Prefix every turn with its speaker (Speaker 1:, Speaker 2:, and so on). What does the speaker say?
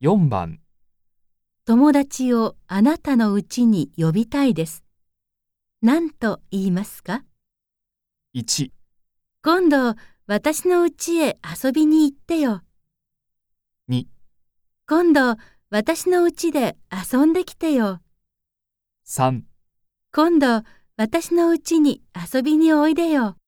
Speaker 1: 4番、
Speaker 2: 友達をあなたのうちに呼びたいです。何と言いますか
Speaker 1: 1、
Speaker 2: 今度、私のうちへ遊びに行ってよ。
Speaker 1: 2
Speaker 2: 今度、私のうちで遊んできてよ。
Speaker 1: 3
Speaker 2: 今度、私のうちに遊びにおいでよ。